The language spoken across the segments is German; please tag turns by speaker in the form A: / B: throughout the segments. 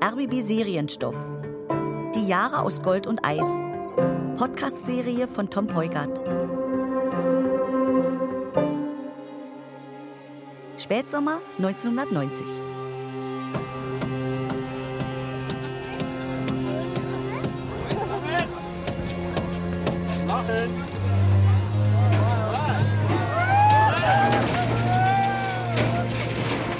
A: RBB Serienstoff. Die Jahre aus Gold und Eis. Podcast-Serie von Tom Peugert. Spätsommer 1990.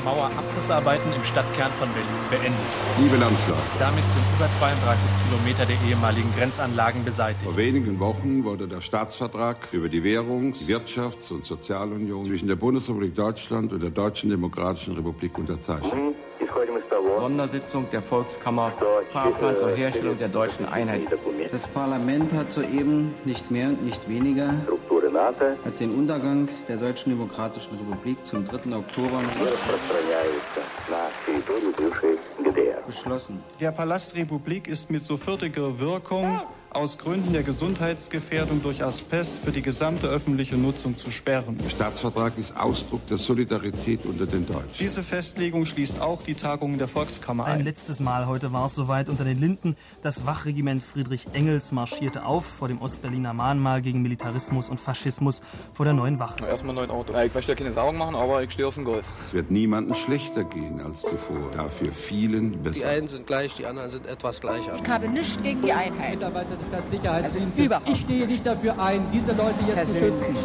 B: Mauerabrissarbeiten im Stadtkern von Berlin beendet.
C: Liebe Landschlag,
B: Damit sind über 32 Kilometer der ehemaligen Grenzanlagen beseitigt.
C: vor wenigen Wochen wurde der Staatsvertrag über die Währungs-, Wirtschafts- und Sozialunion zwischen der Bundesrepublik Deutschland und der Deutschen Demokratischen Republik unterzeichnet.
D: He's going to Mr. Wong.
E: Sondersitzung der Volkskammer, also Fahrplan zur Herstellung der deutschen Einheit. Das Parlament hat soeben nicht mehr und nicht weniger
D: Структуры НАТО
E: als den Untergang der Deutschen Demokratischen Republik zum 3. Oktober
D: распространяются на территорию бывшей ГДР.
E: beschlossen.
F: Der Palast Republik ist mit sofortiger Wirkung aus Gründen der Gesundheitsgefährdung durch Asbest für die gesamte öffentliche Nutzung zu sperren.
C: Der Staatsvertrag ist Ausdruck der Solidarität unter den Deutschen.
F: Diese Festlegung schließt auch die Tagungen der Volkskammer
G: Ein
F: ein.
G: letztes Mal heute war es soweit unter den Linden. Das Wachregiment Friedrich Engels marschierte auf vor dem Ostberliner Mahnmal gegen Militarismus und Faschismus vor der neuen Wache.
H: Erstmal neun Auto. Na, ich möchte ja keine Werbung machen, aber ich stehe auf den Golf.
C: Es wird niemandem schlechter gehen als zuvor, dafür vielen
I: Die
C: besser.
I: einen sind gleich, die anderen sind etwas gleicher.
J: Ich habe nichts gegen die Einheit.
F: Mitarbeiter des Staatssicherheitsdienstes.
J: Also überhaupt. Ich
F: stehe nicht dafür ein, diese Leute jetzt zu schützen.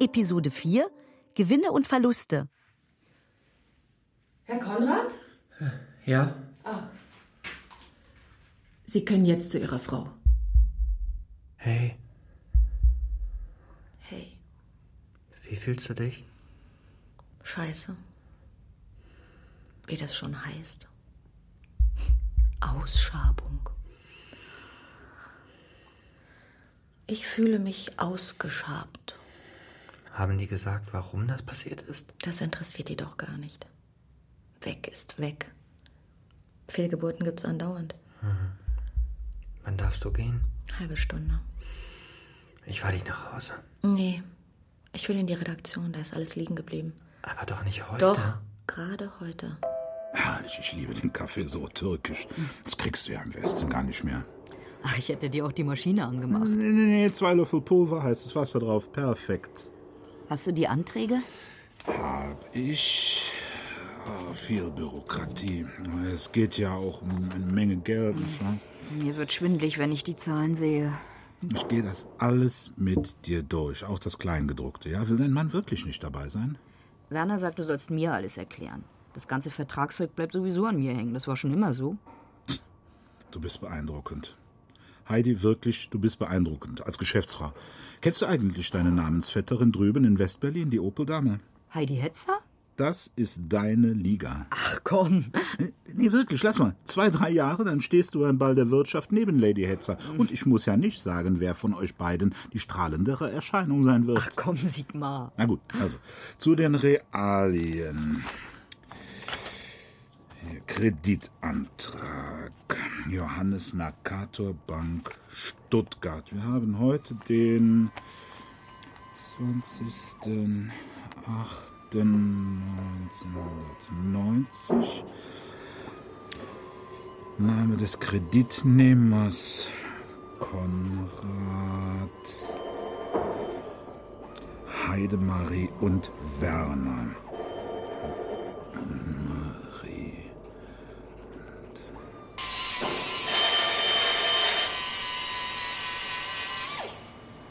A: Episode 4 Gewinne und Verluste.
J: Herr Konrad?
F: Ja,
J: Sie können jetzt zu Ihrer Frau.
F: hey,
J: Hey,
F: wie fühlst du dich?
J: scheiße. Wie das schon heißt. Ausschabung. Ich fühle mich ausgeschabt.
F: Haben die gesagt, warum das passiert ist?
J: Das interessiert die doch gar nicht. Weg ist weg. Fehlgeburten gibt's andauernd.
F: Wann darfst du gehen?
J: Halbe Stunde.
F: Ich fahre dich nach Hause.
J: Nee, ich will in die Redaktion, da ist alles liegen geblieben.
F: Aber doch nicht heute.
J: Doch, gerade heute.
K: Herrlich, ich liebe den Kaffee so türkisch. Das kriegst du ja im Westen gar nicht mehr.
A: Ach, ich hätte dir auch die Maschine angemacht.
H: Nee, nee, nee, zwei Löffel Pulver, heißes Wasser drauf. Perfekt.
A: Hast du die Anträge?
K: Hab ich. Oh, viel Bürokratie. Es geht ja auch um eine Menge Geld. nicht wahr?
A: Mir wird schwindlig, wenn ich die Zahlen sehe.
K: Ich gehe das alles mit dir durch, auch das Kleingedruckte. Ja, will dein Mann wirklich nicht dabei sein?
A: Werner sagt, du sollst mir alles erklären. Das ganze Vertragszeug bleibt sowieso an mir hängen. Das war schon immer so.
K: Du bist beeindruckend. Heidi, wirklich, du bist beeindruckend als Geschäftsfrau. Kennst du eigentlich deine Namensvetterin drüben in Westberlin, die Opel-Dame?
A: Heidi Hetzer?
K: Das ist deine Liga.
A: Ach komm.
K: Nee, wirklich, lass mal. Zwei, drei Jahre, dann stehst du beim Ball der Wirtschaft neben Lady Hetzer. Und ich muss ja nicht sagen, wer von euch beiden die strahlendere Erscheinung sein wird.
A: Komm, Sigmar.
K: Na gut, also, zu den Realien. Hier, Kreditantrag. Johannes Mercator Bank Stuttgart. Wir haben heute den 20.08.1990. Name des Kreditnehmers Konrad. Heidemarie und Werner. Marie.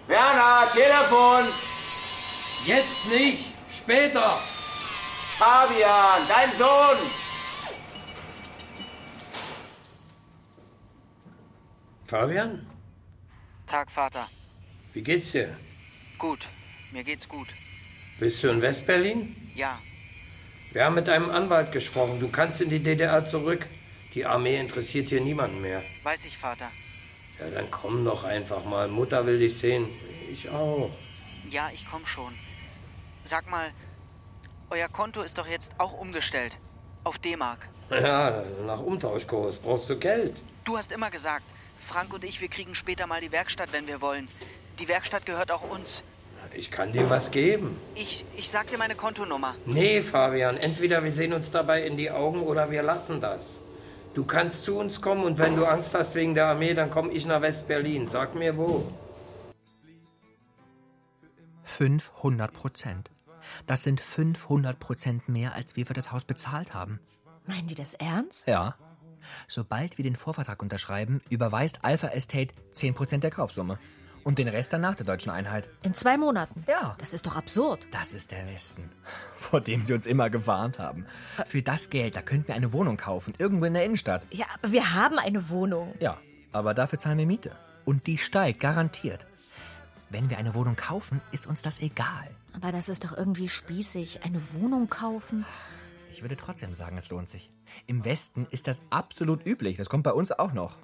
E: Werner, Telefon!
I: Jetzt nicht, später.
E: Fabian, dein Sohn!
I: Fabian,
E: Tag, Vater.
I: wie geht's dir?
E: Gut, mir geht's gut.
I: Bist du in Westberlin?
E: Ja,
I: Wir haben mit einem Anwalt gesprochen. Du kannst in die DDR zurück. Die Armee interessiert hier niemanden mehr.
E: weiß ich, Vater.
I: Ja, dann komm doch einfach mal. Mutter will dich sehen. Ich auch.
E: Ja, ich komm schon. Sag mal, euer Konto ist doch jetzt auch umgestellt. Auf D-Mark.
I: Ja, nach Umtauschkurs brauchst du Geld.
E: Du hast immer gesagt, Frank und ich, wir kriegen später mal die Werkstatt, wenn wir wollen. Die Werkstatt gehört auch uns.
I: Ich kann dir was geben.
L: Ich, ich sag dir meine Kontonummer.
I: Nee, Fabian, entweder wir sehen uns dabei in die Augen oder wir lassen das. Du kannst zu uns kommen und wenn du Angst hast wegen der Armee, dann komme ich nach West-Berlin. Sag mir wo.
M: 500 Prozent. Das sind 500 Prozent mehr, als wir für das Haus bezahlt haben.
J: Meinen die das ernst?
M: Ja. Sobald wir den Vorvertrag unterschreiben, überweist Alpha Estate 10 Prozent der Kaufsumme. Und den Rest dann nach der deutschen Einheit.
J: In zwei Monaten?
M: Ja.
J: Das ist doch absurd.
M: Das ist der Westen, vor dem sie uns immer gewarnt haben.
J: Äh.
M: Für das Geld, da könnten wir eine Wohnung kaufen, irgendwo in der Innenstadt.
J: Ja, aber wir haben eine Wohnung.
M: Ja, aber dafür zahlen wir Miete. Und die steigt garantiert. Wenn wir eine Wohnung kaufen, ist uns das egal.
J: Aber das ist doch irgendwie spießig. Eine Wohnung kaufen.
M: Ich würde trotzdem sagen, es lohnt sich. Im Westen ist das absolut üblich. Das kommt bei uns auch noch.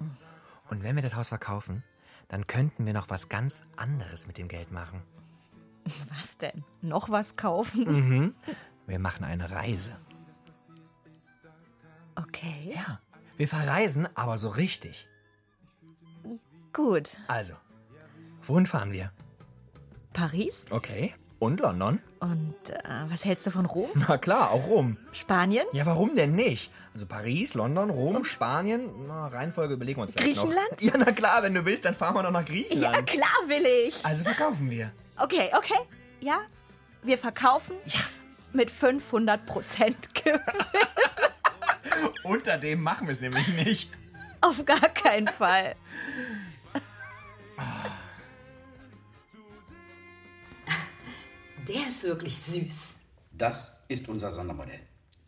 M: Und wenn wir das Haus verkaufen, dann könnten wir noch was ganz anderes mit dem Geld machen.
J: Was denn? Noch was kaufen?
M: Mhm. Wir machen eine Reise.
J: Okay.
M: Ja. Wir verreisen, aber so richtig.
J: Gut.
M: Also, wohin fahren wir?
J: Paris?
M: Okay. Und London?
J: Und äh, was hältst du von Rom?
M: Na klar, auch Rom.
J: Spanien?
M: Ja, warum denn nicht? Also Paris, London, Rom, Spanien. Na, Reihenfolge überlegen wir uns vielleicht
J: Griechenland?
M: Noch. Ja, na klar, wenn du willst, dann fahren wir doch nach Griechenland.
J: Ja, klar will ich.
M: Also verkaufen wir.
J: Okay, okay. Ja, wir verkaufen mit 500 Prozent Gewinn.
M: Unter dem machen wir es nämlich nicht.
J: Auf gar keinen Fall.
N: Der ist wirklich süß.
O: Das ist unser Sondermodell.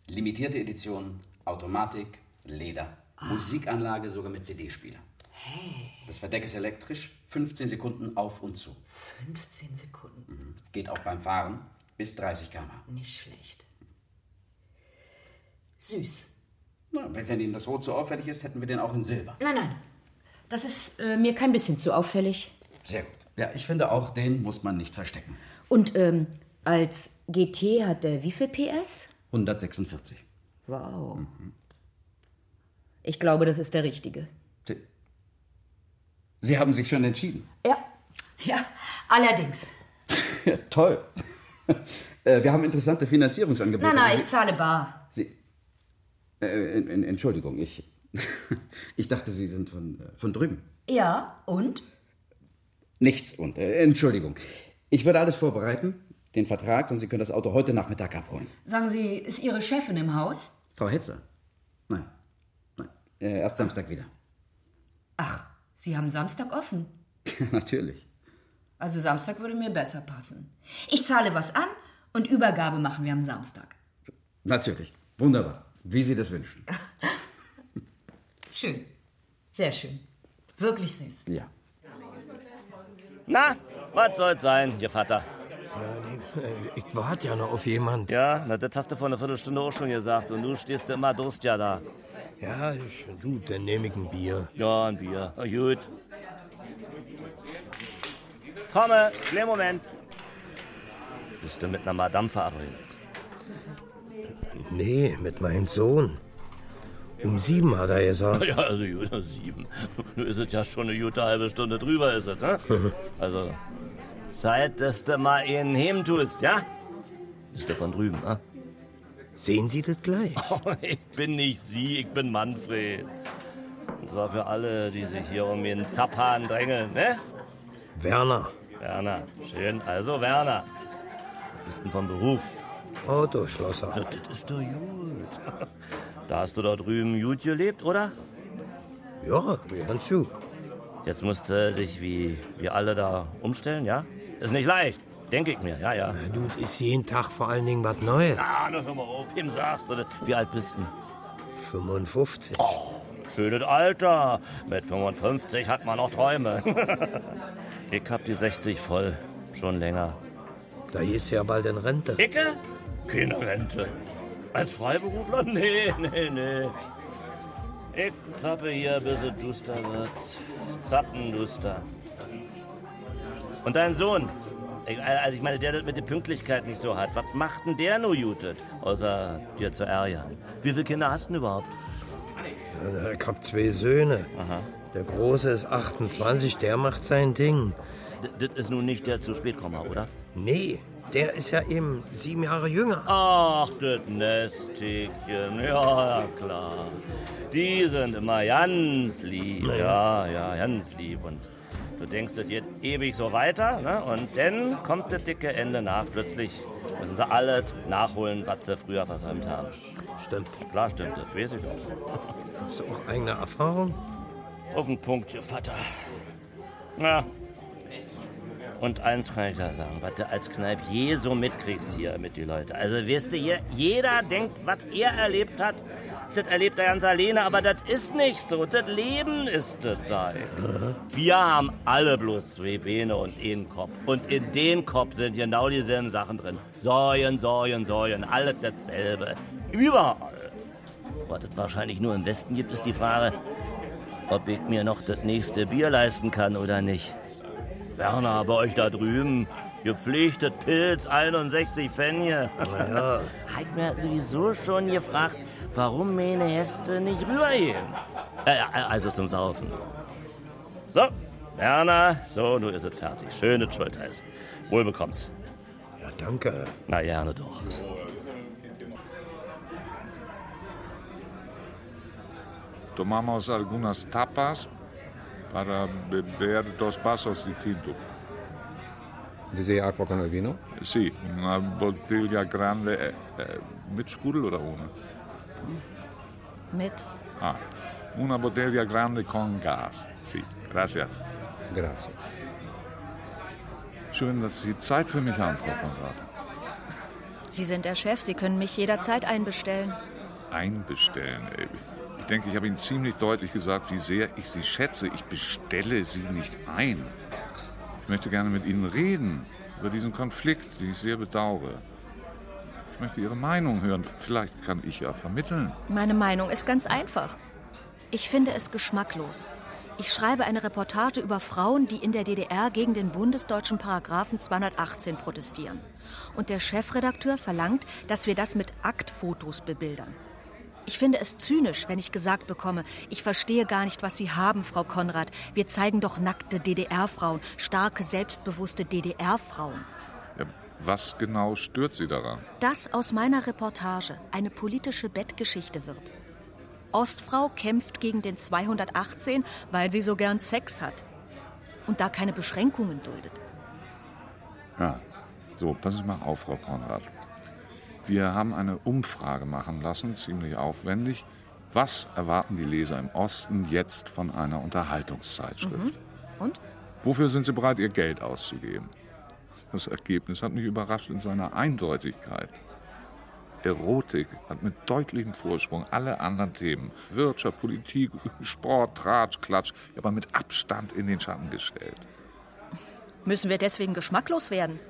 O: Limitierte Edition, Automatik, Leder,
N: Ah.
O: Musikanlage sogar mit CD-Spieler.
N: Hey,
O: Das Verdeck ist elektrisch, 15 Sekunden auf und zu. Mhm.
N: 15 Sekunden.
O: Geht auch beim Fahren bis 30 km/h.
N: Nicht schlecht. Süß.
O: Na, Wenn wenn Ihnen das Rot so auffällig ist, hätten wir den auch in Silber.
N: Nein, nein. Das ist äh, mir kein bisschen zu auffällig.
O: Sehr gut. Ja, ich finde auch, den muss man nicht verstecken.
N: Und ähm, als GT hat der wie viel PS?
O: 146.
N: Wow.
A: Mhm.
N: Ich glaube, das ist der richtige.
O: Sie, Sie haben sich schon entschieden.
N: Ja. Ja, allerdings.
O: Ja, toll. Äh, wir haben interessante Finanzierungsangebote.
N: Nein, nein, ich zahle bar.
O: Sie, äh, en- en- Entschuldigung, ich, ich dachte, Sie sind von, äh, von drüben.
N: Ja, und?
O: Nichts und. Äh, Entschuldigung. Ich würde alles vorbereiten, den Vertrag, und Sie können das Auto heute Nachmittag abholen.
N: Sagen Sie, ist Ihre Chefin im Haus?
O: Frau Hetzer? Nein. Nein. Äh, erst Samstag wieder.
N: Sie haben Samstag offen.
O: Natürlich.
N: Also Samstag würde mir besser passen. Ich zahle was an und Übergabe machen wir am Samstag.
O: Natürlich. Wunderbar. Wie Sie das wünschen.
N: Schön. Sehr schön. Wirklich süß.
O: Ja.
P: Na, was soll's sein, ihr Vater?
I: Ich warte ja noch auf jemand.
P: Ja, na, das hast du vor einer Viertelstunde auch schon gesagt. Und du stehst immer Durst ja da.
I: Ja, ich, du, dann nehme ich ein Bier.
P: Ja, ein Bier. Na gut. Komme, kleinen Moment. Bist du mit einer Madame verabredet?
I: Nee, mit meinem Sohn. Um sieben hat er gesagt.
P: Ja, also gut, um sieben. Nun ist es ja schon eine gute halbe Stunde drüber, ist es, ne? Also, Zeit, dass du mal ihn heben tust, ja? Ist der von drüben, ne?
I: Sehen Sie das gleich?
P: Oh, ich bin nicht Sie, ich bin Manfred. Und zwar für alle, die sich hier um ihren Zapphahn drängeln, ne?
I: Werner.
P: Werner, schön. Also Werner, was bist denn vom Beruf?
I: Autoschlosser.
P: Ja, das ist doch gut. Da hast du da drüben gut gelebt, oder?
I: Ja, ganz gut.
P: Jetzt musst du dich wie wir alle da umstellen, ja? Ist nicht leicht, denke ich mir, ja, ja.
I: Na, du, das ist jeden Tag vor allen Dingen was Neues.
P: Ah, na, hör mal auf, wem sagst du das? Wie alt bist du?
I: 55.
P: Schönes Alter. Mit 55 hat man noch Träume. ich hab die 60 voll. Schon länger.
I: Da ist ja bald in Rente.
P: Icke? Keine Rente. Als Freiberufler? Nee, nee, nee. Ich zappe hier, bis es duster wird. Zappenduster. Und dein Sohn? Ich, also ich meine, der das mit der Pünktlichkeit nicht so hat. Was macht denn der nur jutet? Außer dir zu ärgern. Wie viele Kinder hast du denn überhaupt?
I: Ich hab zwei Söhne. Der Große ist 28, der macht sein Ding.
P: D- Das ist nun nicht der zu spät kommen, oder?
I: Nee, der ist ja eben sieben Jahre jünger.
P: Ach, das Nestigchen. Ja, ja, klar. Die sind immer ganz lieb. Ja, ja, ganz lieb. Und du denkst, das geht ewig so weiter. Ne? Und dann kommt das dicke Ende nach. Plötzlich müssen sie alle nachholen, was sie früher versäumt haben. Stimmt. Klar stimmt, das weiß ich auch.
I: Hast du auch eigene Erfahrung?
P: Auf den Punkt, ihr Vater. Ja. Und eins kann ich da sagen, was du als Kneipp je so mitkriegst hier mit den Leuten. Also wisst ihr, jeder denkt, was er erlebt hat, das erlebt er ganz alleine, aber das ist nicht so. Das Leben ist das sei. Wir haben alle bloß zwei Beine und einen Kopf. Und in den Kopf sind genau dieselben Sachen drin. Säuen, Säuen, Säuen, alles dasselbe. Überall. Was es wahrscheinlich nur im Westen gibt, ist die Frage, ob ich mir noch das nächste Bier leisten kann oder nicht. Werner, bei euch da drüben, gepflichtet Pilz, 61 Pfennige.
I: Naja.
P: Hat mir sowieso schon gefragt, warum meine Häste nicht rübergehen. Äh, äh, also zum Saufen. So, Werner, so, nun ist es fertig. Schönes Schultheiß. Wohlbekomm's. Ja, danke. Na, gerne doch.
Q: Tomamos algunas tapas para beber dos vasos de tinto.
R: Dice acqua con el vino?
Q: Sí, una botella grande. eh, eh, ¿Mit Sprudel oder ohne?
J: Mit?
Q: Ah, una botella grande con gas. Sí, gracias.
R: Gracias.
Q: Schön, dass Sie Zeit für mich haben, Frau Konrad.
J: Sie sind der Chef, Sie können mich jederzeit einbestellen.
Q: Einbestellen, ey. Ich denke, ich habe Ihnen ziemlich deutlich gesagt, wie sehr ich Sie schätze. Ich bestelle Sie nicht ein. Ich möchte gerne mit Ihnen reden über diesen Konflikt, den ich sehr bedauere. Ich möchte Ihre Meinung hören. Vielleicht kann ich ja vermitteln.
J: Meine Meinung ist ganz einfach. Ich finde es geschmacklos. Ich schreibe eine Reportage über Frauen, die in der DDR gegen den bundesdeutschen Paragraphen 218 protestieren. Und der Chefredakteur verlangt, dass wir das mit Aktfotos bebildern. Ich finde es zynisch, wenn ich gesagt bekomme, ich verstehe gar nicht, was Sie haben, Frau Konrad. Wir zeigen doch nackte DDR-Frauen, starke, selbstbewusste DDR-Frauen.
Q: Ja, was genau stört Sie daran?
J: dass aus meiner Reportage eine politische Bettgeschichte wird. Ostfrau kämpft gegen den 218, weil sie so gern Sex hat und da keine Beschränkungen duldet.
Q: Ja, so, passen Sie mal auf, Frau Konrad. Wir haben eine Umfrage machen lassen, ziemlich aufwendig. Was erwarten die Leser im Osten jetzt von einer Unterhaltungszeitschrift?
J: Mhm. Und?
Q: Wofür sind sie bereit, ihr Geld auszugeben? Das Ergebnis hat mich überrascht in seiner Eindeutigkeit. Erotik hat mit deutlichem Vorsprung alle anderen Themen, Wirtschaft, Politik, Sport, Tratsch, Klatsch, aber mit Abstand in den Schatten gestellt.
J: Müssen wir deswegen geschmacklos werden?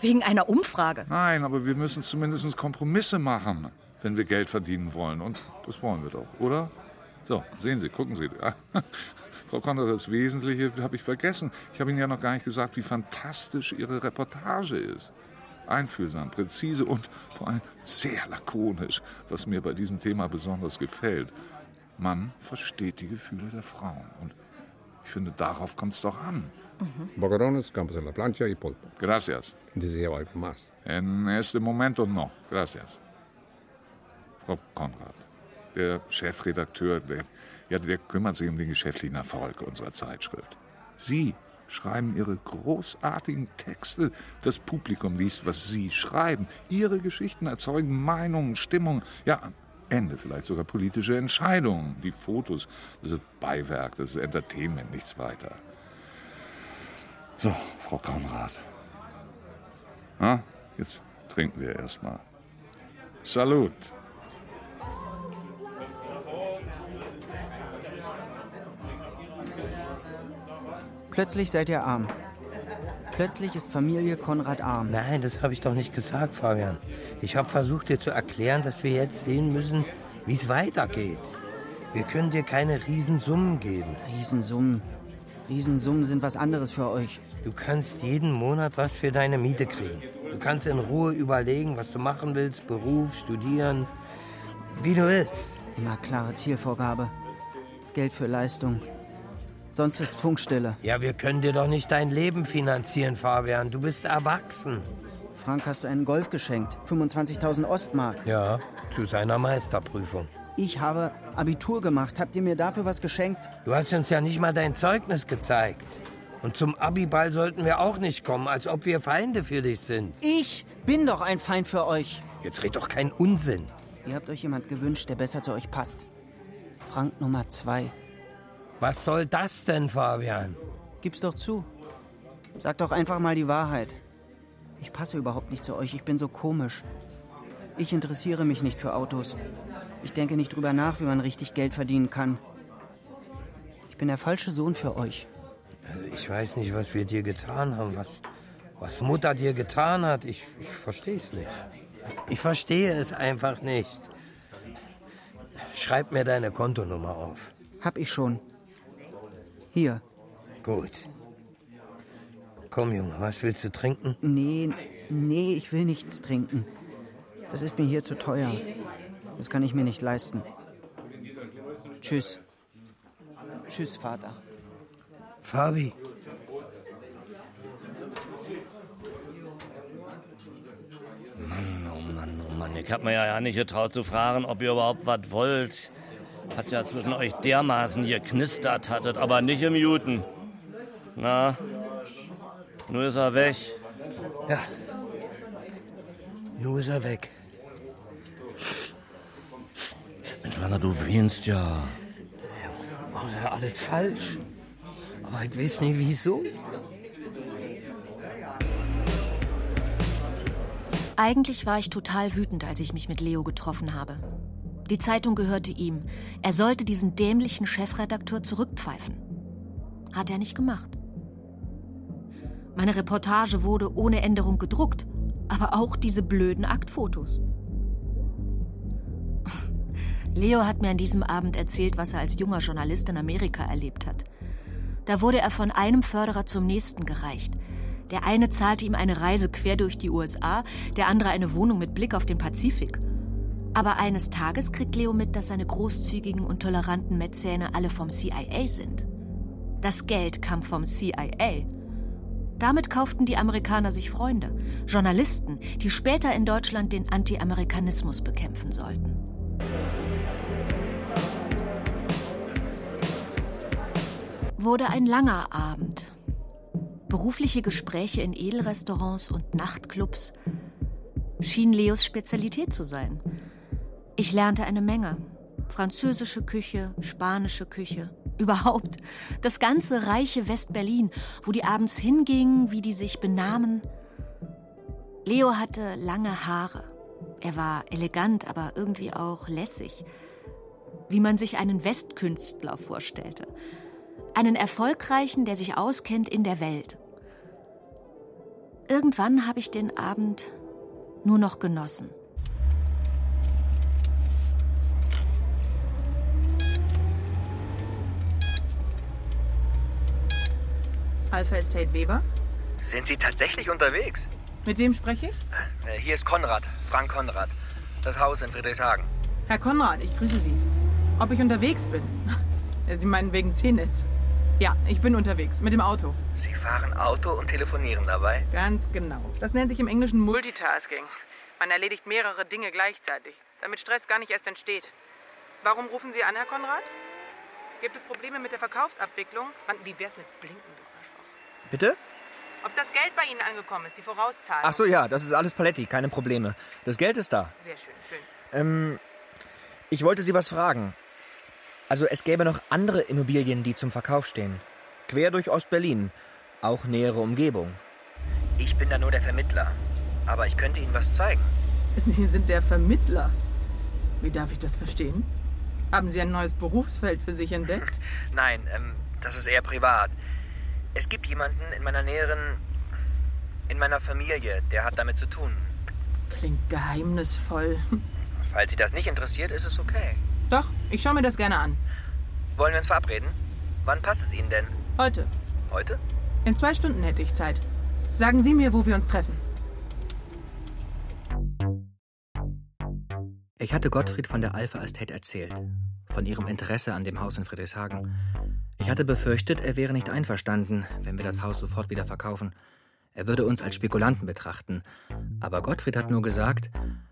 J: Wegen einer Umfrage?
Q: Nein, aber wir müssen zumindest Kompromisse machen, wenn wir Geld verdienen wollen. Und das wollen wir doch, oder? So, sehen Sie, gucken Sie. Ah, Frau Konrad, das Wesentliche habe ich vergessen. Ich habe Ihnen ja noch gar nicht gesagt, wie fantastisch Ihre Reportage ist. Einfühlsam, präzise und vor allem sehr lakonisch, was mir bei diesem Thema besonders gefällt. Man versteht die Gefühle der Frauen. Und ich finde, darauf kommt es doch an.
R: Bocarones, Mhm. campos en la plancha y polpo.
Q: Gracias.
R: Dice algo más.
Q: En este momento no. Gracias. Frau Konrad, der Chefredakteur, der, ja, der kümmert sich um den geschäftlichen Erfolg unserer Zeitschrift. Sie schreiben Ihre großartigen Texte. Das Publikum liest, was Sie schreiben. Ihre Geschichten erzeugen Meinungen, Stimmung. Ja, am Ende vielleicht sogar politische Entscheidungen. Die Fotos, das ist Beiwerk, das ist Entertainment, nichts weiter. So, Frau Konrad. Na, jetzt trinken wir erstmal. Salut.
S: Plötzlich seid ihr arm. Plötzlich ist Familie Konrad arm.
I: Nein, das habe ich doch nicht gesagt, Fabian. Ich habe versucht, dir zu erklären, dass wir jetzt sehen müssen, wie es weitergeht. Wir können dir keine Riesensummen geben.
S: Riesensummen? Riesensummen sind was anderes für euch.
I: Du kannst jeden Monat was für deine Miete kriegen. Du kannst in Ruhe überlegen, was du machen willst, Beruf, Studieren, wie du willst.
S: Immer klare Zielvorgabe. Geld für Leistung. Sonst ist Funkstille.
I: Ja, wir können dir doch nicht dein Leben finanzieren, Fabian. Du bist erwachsen.
S: Frank, hast du einen Golf geschenkt? 25.000 Ostmark.
I: Ja, zu seiner Meisterprüfung.
S: Ich habe Abitur gemacht. Habt ihr mir dafür was geschenkt?
I: Du hast uns ja nicht mal dein Zeugnis gezeigt. Und zum Abiball sollten wir auch nicht kommen, als ob wir Feinde für dich sind.
S: Ich bin doch ein Feind für euch.
I: Jetzt red doch keinen Unsinn.
S: Ihr habt euch jemand gewünscht, der besser zu euch passt. Frank Nummer zwei.
I: Was soll das denn, Fabian?
S: Gib's doch zu. Sag doch einfach mal die Wahrheit. Ich passe überhaupt nicht zu euch. Ich bin so komisch. Ich interessiere mich nicht für Autos. Ich denke nicht drüber nach, wie man richtig Geld verdienen kann. Ich bin der falsche Sohn für euch.
I: Also ich weiß nicht, was wir dir getan haben, was, was Mutter dir getan hat. Ich, ich verstehe es nicht. Ich verstehe es einfach nicht. Schreib mir deine Kontonummer auf.
S: Hab ich schon. Hier.
I: Gut. Komm, Junge, was willst du trinken?
S: Nee, nee, ich will nichts trinken. Das ist mir hier zu teuer. Das kann ich mir nicht leisten. Tschüss. Tschüss, Vater.
I: Fabi.
P: Mann, oh Mann, oh Mann. Ich hab mir ja nicht getraut zu fragen, ob ihr überhaupt was wollt. Hat ja zwischen euch dermaßen geknistert hattet, aber nicht im Juten. Na, nun ist er weg.
I: Ja. Nun ist er weg.
P: Mensch, Werner, du weinst ja.
I: Oh, ja, alles falsch. Aber ich weiß nicht wieso.
J: Eigentlich war ich total wütend, als ich mich mit Leo getroffen habe. Die Zeitung gehörte ihm. Er sollte diesen dämlichen Chefredakteur zurückpfeifen. Hat er nicht gemacht. Meine Reportage wurde ohne Änderung gedruckt, aber auch diese blöden Aktfotos. Leo hat mir an diesem Abend erzählt, was er als junger Journalist in Amerika erlebt hat. Da wurde er von einem Förderer zum nächsten gereicht. Der eine zahlte ihm eine Reise quer durch die USA, der andere eine Wohnung mit Blick auf den Pazifik. Aber eines Tages kriegt Leo mit, dass seine großzügigen und toleranten Mäzähne alle vom CIA sind. Das Geld kam vom CIA. Damit kauften die Amerikaner sich Freunde, Journalisten, die später in Deutschland den Anti-Amerikanismus bekämpfen sollten. Wurde ein langer Abend. Berufliche Gespräche in Edelrestaurants und Nachtclubs schien Leos Spezialität zu sein. Ich lernte eine Menge. Französische Küche, spanische Küche, überhaupt das ganze reiche Westberlin, wo die abends hingingen, wie die sich benahmen. Leo hatte lange Haare. Er war elegant, aber irgendwie auch lässig, wie man sich einen Westkünstler vorstellte. Einen erfolgreichen, der sich auskennt in der Welt. Irgendwann habe ich den Abend nur noch genossen.
T: Alpha Estate Weber?
M: Sind Sie tatsächlich unterwegs?
T: Mit wem spreche ich?
M: Äh, Hier ist Konrad, Frank Konrad. Das Haus in Friedrichshagen.
T: Herr Konrad, ich grüße Sie. Ob ich unterwegs bin? Sie meinen wegen C-Netz. Ja, ich bin unterwegs, mit dem Auto.
M: Sie fahren Auto und telefonieren dabei?
T: Ganz genau. Das nennt sich im Englischen Multitasking. Man erledigt mehrere Dinge gleichzeitig, damit Stress gar nicht erst entsteht. Warum rufen Sie an, Herr Konrad? Gibt es Probleme mit der Verkaufsabwicklung? Mann, wie wär's mit Blinken, du Arschloch?
M: Bitte?
T: Ob das Geld bei Ihnen angekommen ist, die Vorauszahlung?
M: Ach so, ja, das ist alles Paletti, keine Probleme. Das Geld ist da.
T: Sehr schön, schön.
M: Ähm, ich wollte Sie was fragen. Also es gäbe noch andere Immobilien, die zum Verkauf stehen. Quer durch Ostberlin. Auch nähere Umgebung. Ich bin da nur der Vermittler. Aber ich könnte Ihnen was zeigen.
T: Sie sind der Vermittler. Wie darf ich das verstehen? Haben Sie ein neues Berufsfeld für sich entdeckt?
M: Nein, ähm, das ist eher privat. Es gibt jemanden in meiner näheren... in meiner Familie, der hat damit zu tun.
T: Klingt geheimnisvoll.
M: Falls Sie das nicht interessiert, ist es okay.
T: Doch, ich schaue mir das gerne an.
M: Wollen wir uns verabreden? Wann passt es Ihnen denn?
T: Heute.
M: Heute?
T: In zwei Stunden hätte ich Zeit. Sagen Sie mir, wo wir uns treffen.
M: Ich hatte Gottfried von der Alpha Estate erzählt, von ihrem Interesse an dem Haus in Friedrichshagen.
U: Ich hatte befürchtet, er wäre nicht einverstanden, wenn wir das Haus sofort wieder verkaufen. Er würde uns als Spekulanten betrachten. Aber Gottfried hat nur gesagt,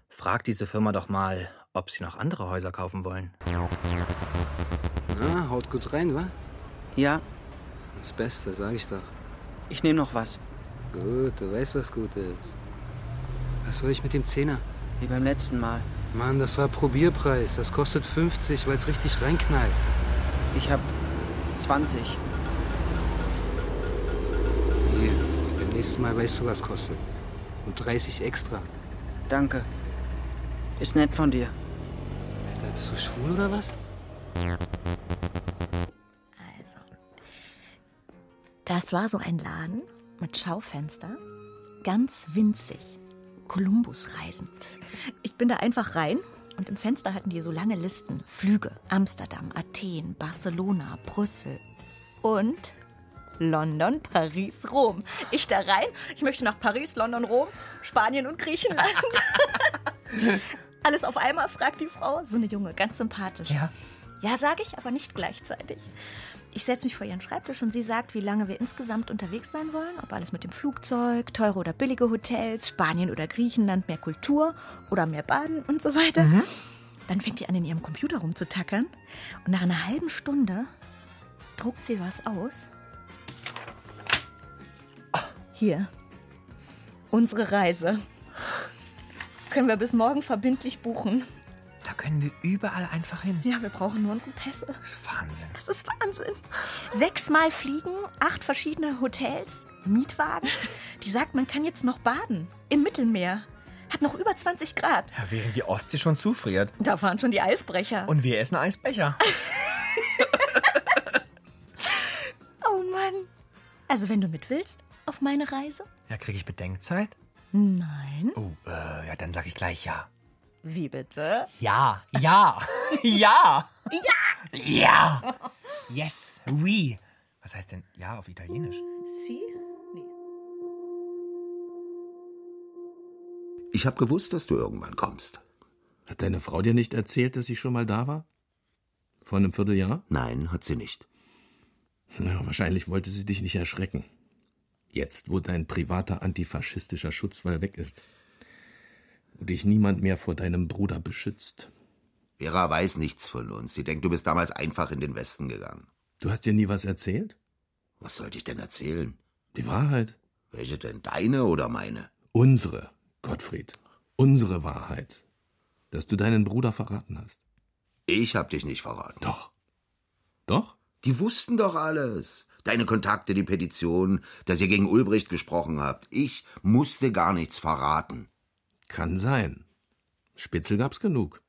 U: frag diese Firma doch mal, ob sie noch andere Häuser kaufen wollen.
V: Na, haut gut rein, wa?
S: Ja,
V: Das Beste, sag ich doch.
S: ich nehme noch was.
V: Gut, du weißt, was gut ist. Was soll ich mit dem Zehner?
S: Wie beim letzten Mal.
V: Mann, das war Probierpreis. Das kostet 50, weil's richtig reinknallt.
S: Ich hab 20.
V: Hier, beim nächsten Mal weißt du, was kostet. Und 30 extra.
S: Danke. Ist nett von dir.
V: Alter, bist du schwul oder was?
J: Das war so ein Laden mit Schaufenster, ganz winzig, Kolumbusreisen. Ich bin da einfach rein und im Fenster hatten die so lange Listen: Flüge, Amsterdam, Athen, Barcelona, Brüssel und London, Paris, Rom. Ich da rein, ich möchte nach Paris, London, Rom, Spanien und Griechenland. Alles auf einmal, fragt die Frau. So eine Junge, ganz sympathisch. Ja. Ja, sage ich, aber nicht gleichzeitig. Ich setze mich vor ihren Schreibtisch und sie sagt, wie lange wir insgesamt unterwegs sein wollen, ob alles mit dem Flugzeug, teure oder billige Hotels, Spanien oder Griechenland, mehr Kultur oder mehr Baden und so weiter. Dann fängt die an, in ihrem Computer rumzutackern und nach einer halben Stunde druckt sie was aus. Hier, unsere Reise. Können wir bis morgen verbindlich buchen.
M: Da können wir überall einfach hin.
J: Ja, wir brauchen nur unsere Pässe.
M: Wahnsinn.
J: Das ist Wahnsinn. Sechsmal fliegen, acht verschiedene Hotels, Mietwagen. Die sagt, man kann jetzt noch baden. Im Mittelmeer. Hat noch über 20 Grad.
M: Ja, während die Ostsee schon zufriert.
J: Da fahren schon die Eisbrecher.
M: Und wir essen Eisbecher.
J: oh Mann. Also, wenn du mit willst, auf meine Reise?
M: Ja, kriege ich Bedenkzeit?
J: Nein.
M: Oh, äh, ja, dann sag ich gleich ja.
J: Wie bitte?
M: Ja, ja, ja,
J: Ja!
M: ja. Yes, we. Was heißt denn ja auf Italienisch?
J: Sie?
W: Ich habe gewusst, dass du irgendwann kommst.
X: Hat deine Frau dir nicht erzählt, dass ich schon mal da war? Vor einem Vierteljahr?
W: Nein, hat sie nicht.
X: Na, wahrscheinlich wollte sie dich nicht erschrecken. Jetzt, wo dein privater antifaschistischer Schutzwall weg ist. Und dich niemand mehr vor deinem Bruder beschützt.
W: Vera weiß nichts von uns. Sie denkt, du bist damals einfach in den Westen gegangen.
X: Du hast dir nie was erzählt?
W: Was sollte ich denn erzählen?
X: Die Wahrheit.
W: Welche denn? Deine oder meine?
X: Unsere, Gottfried. Unsere Wahrheit. Dass du deinen Bruder verraten hast.
W: Ich hab dich nicht verraten.
X: Doch. Doch?
W: Die wussten doch alles. Deine Kontakte, die Petition, dass ihr gegen Ulbricht gesprochen habt. Ich musste gar nichts verraten.
X: Kann sein. Spitzel gab's genug.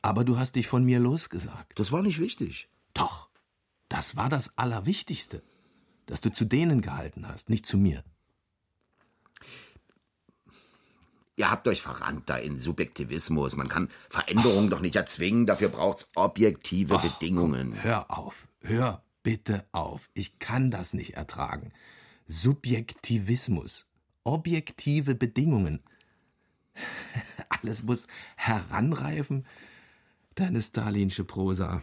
X: Aber du hast dich von mir losgesagt.
W: Das war nicht wichtig.
X: Doch. Das war das Allerwichtigste. Dass du zu denen gehalten hast, nicht zu mir.
W: Ihr habt euch verrannt da in Subjektivismus. Man kann Veränderungen doch nicht erzwingen. Dafür braucht's objektive Bedingungen.
X: Hör auf. Hör bitte auf. Ich kann das nicht ertragen. Subjektivismus. Objektive Bedingungen. Alles muss heranreifen. Deine stalinsche Prosa.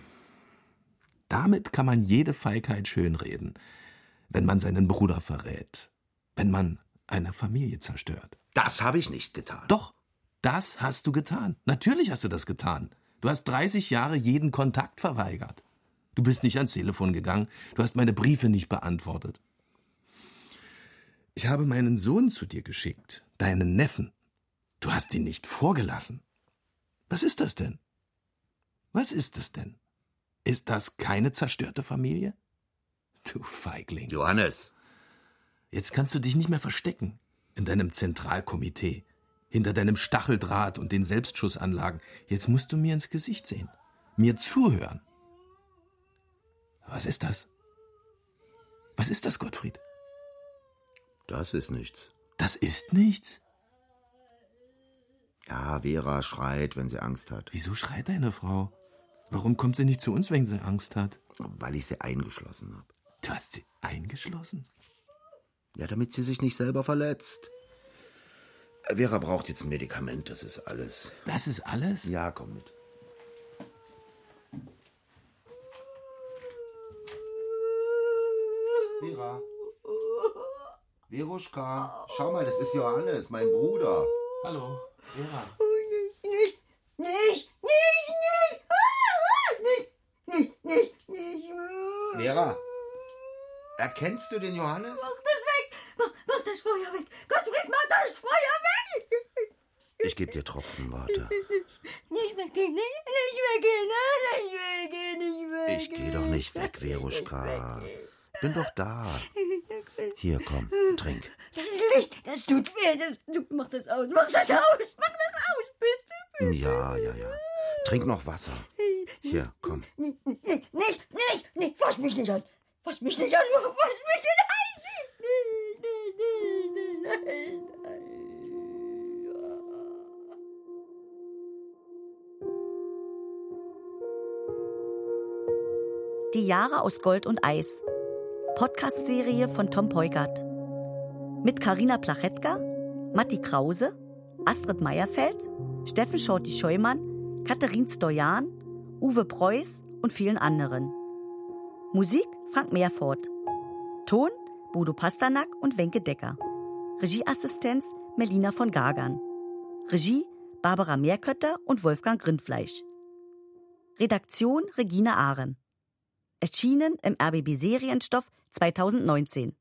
X: Damit kann man jede Feigheit schönreden, wenn man seinen Bruder verrät, wenn man eine Familie zerstört.
W: Das habe ich nicht getan.
X: Doch, das hast du getan. Natürlich hast du das getan. Du hast 30 Jahre jeden Kontakt verweigert. Du bist nicht ans Telefon gegangen, du hast meine Briefe nicht beantwortet. Ich habe meinen Sohn zu dir geschickt, deinen Neffen. Du hast ihn nicht vorgelassen. Was ist das denn? Was ist das denn? Ist das keine zerstörte Familie? Du Feigling.
W: Johannes.
X: Jetzt kannst du dich nicht mehr verstecken. In deinem Zentralkomitee. Hinter deinem Stacheldraht und den Selbstschussanlagen. Jetzt musst du mir ins Gesicht sehen. Mir zuhören. Was ist das? Was ist das, Gottfried?
W: Das ist nichts.
X: Das ist nichts.
W: Ja, Vera schreit, wenn sie Angst hat.
X: Wieso schreit deine Frau? Warum kommt sie nicht zu uns, wenn sie Angst hat?
W: Weil ich sie eingeschlossen habe.
X: Du hast sie eingeschlossen?
W: Ja, damit sie sich nicht selber verletzt. Äh, Vera braucht jetzt ein Medikament, das ist alles.
X: Das ist alles?
W: Ja, komm mit.
E: Eroschka, schau mal, das ist Johannes, mein Bruder.
V: Hallo, Vera.
B: Nicht, nicht, nicht, nicht, ah, nicht, nicht, nicht, nicht. Mach
E: Vera, erkennst du den Johannes?
B: das weg, mach, mach das Feuer weg. Gottfried, mach das Feuer weg.
W: Ich gebe dir Tropfen, warte.
B: Nicht weggehen, nicht, nicht weggehen, ah, nicht weggehen, nicht weggehen.
W: Ich geh doch nicht weg, Veruschka. Bin doch da. Hier, komm, trink.
B: Hm, Das Licht, das tut weh, das, du, mach das aus, mach das aus, mach das aus, bitte.
W: Ja, ja, ja. Trink noch Wasser. Hier, komm.
B: Nicht, nicht, nicht, nicht, nicht, fass mich nicht an. Fass mich nicht an, fass mich nicht an. Nein, nein, nein, nein, nein, nein.
A: Die Jahre aus Gold und Eis. Podcast-Serie von Tom Peugert. Mit Karina Plachetka, Matti Krause, Astrid Meierfeld, Steffen Schauti-Scheumann, Katharin Stojan, Uwe Preuß und vielen anderen. Musik Frank Meerfort. Ton Bodo Pasternak und Wenke Decker. Regieassistenz Melina von Gagern. Regie Barbara Meerkötter und Wolfgang Grindfleisch. Redaktion Regina Ahren erschienen im RBB Serienstoff 2019.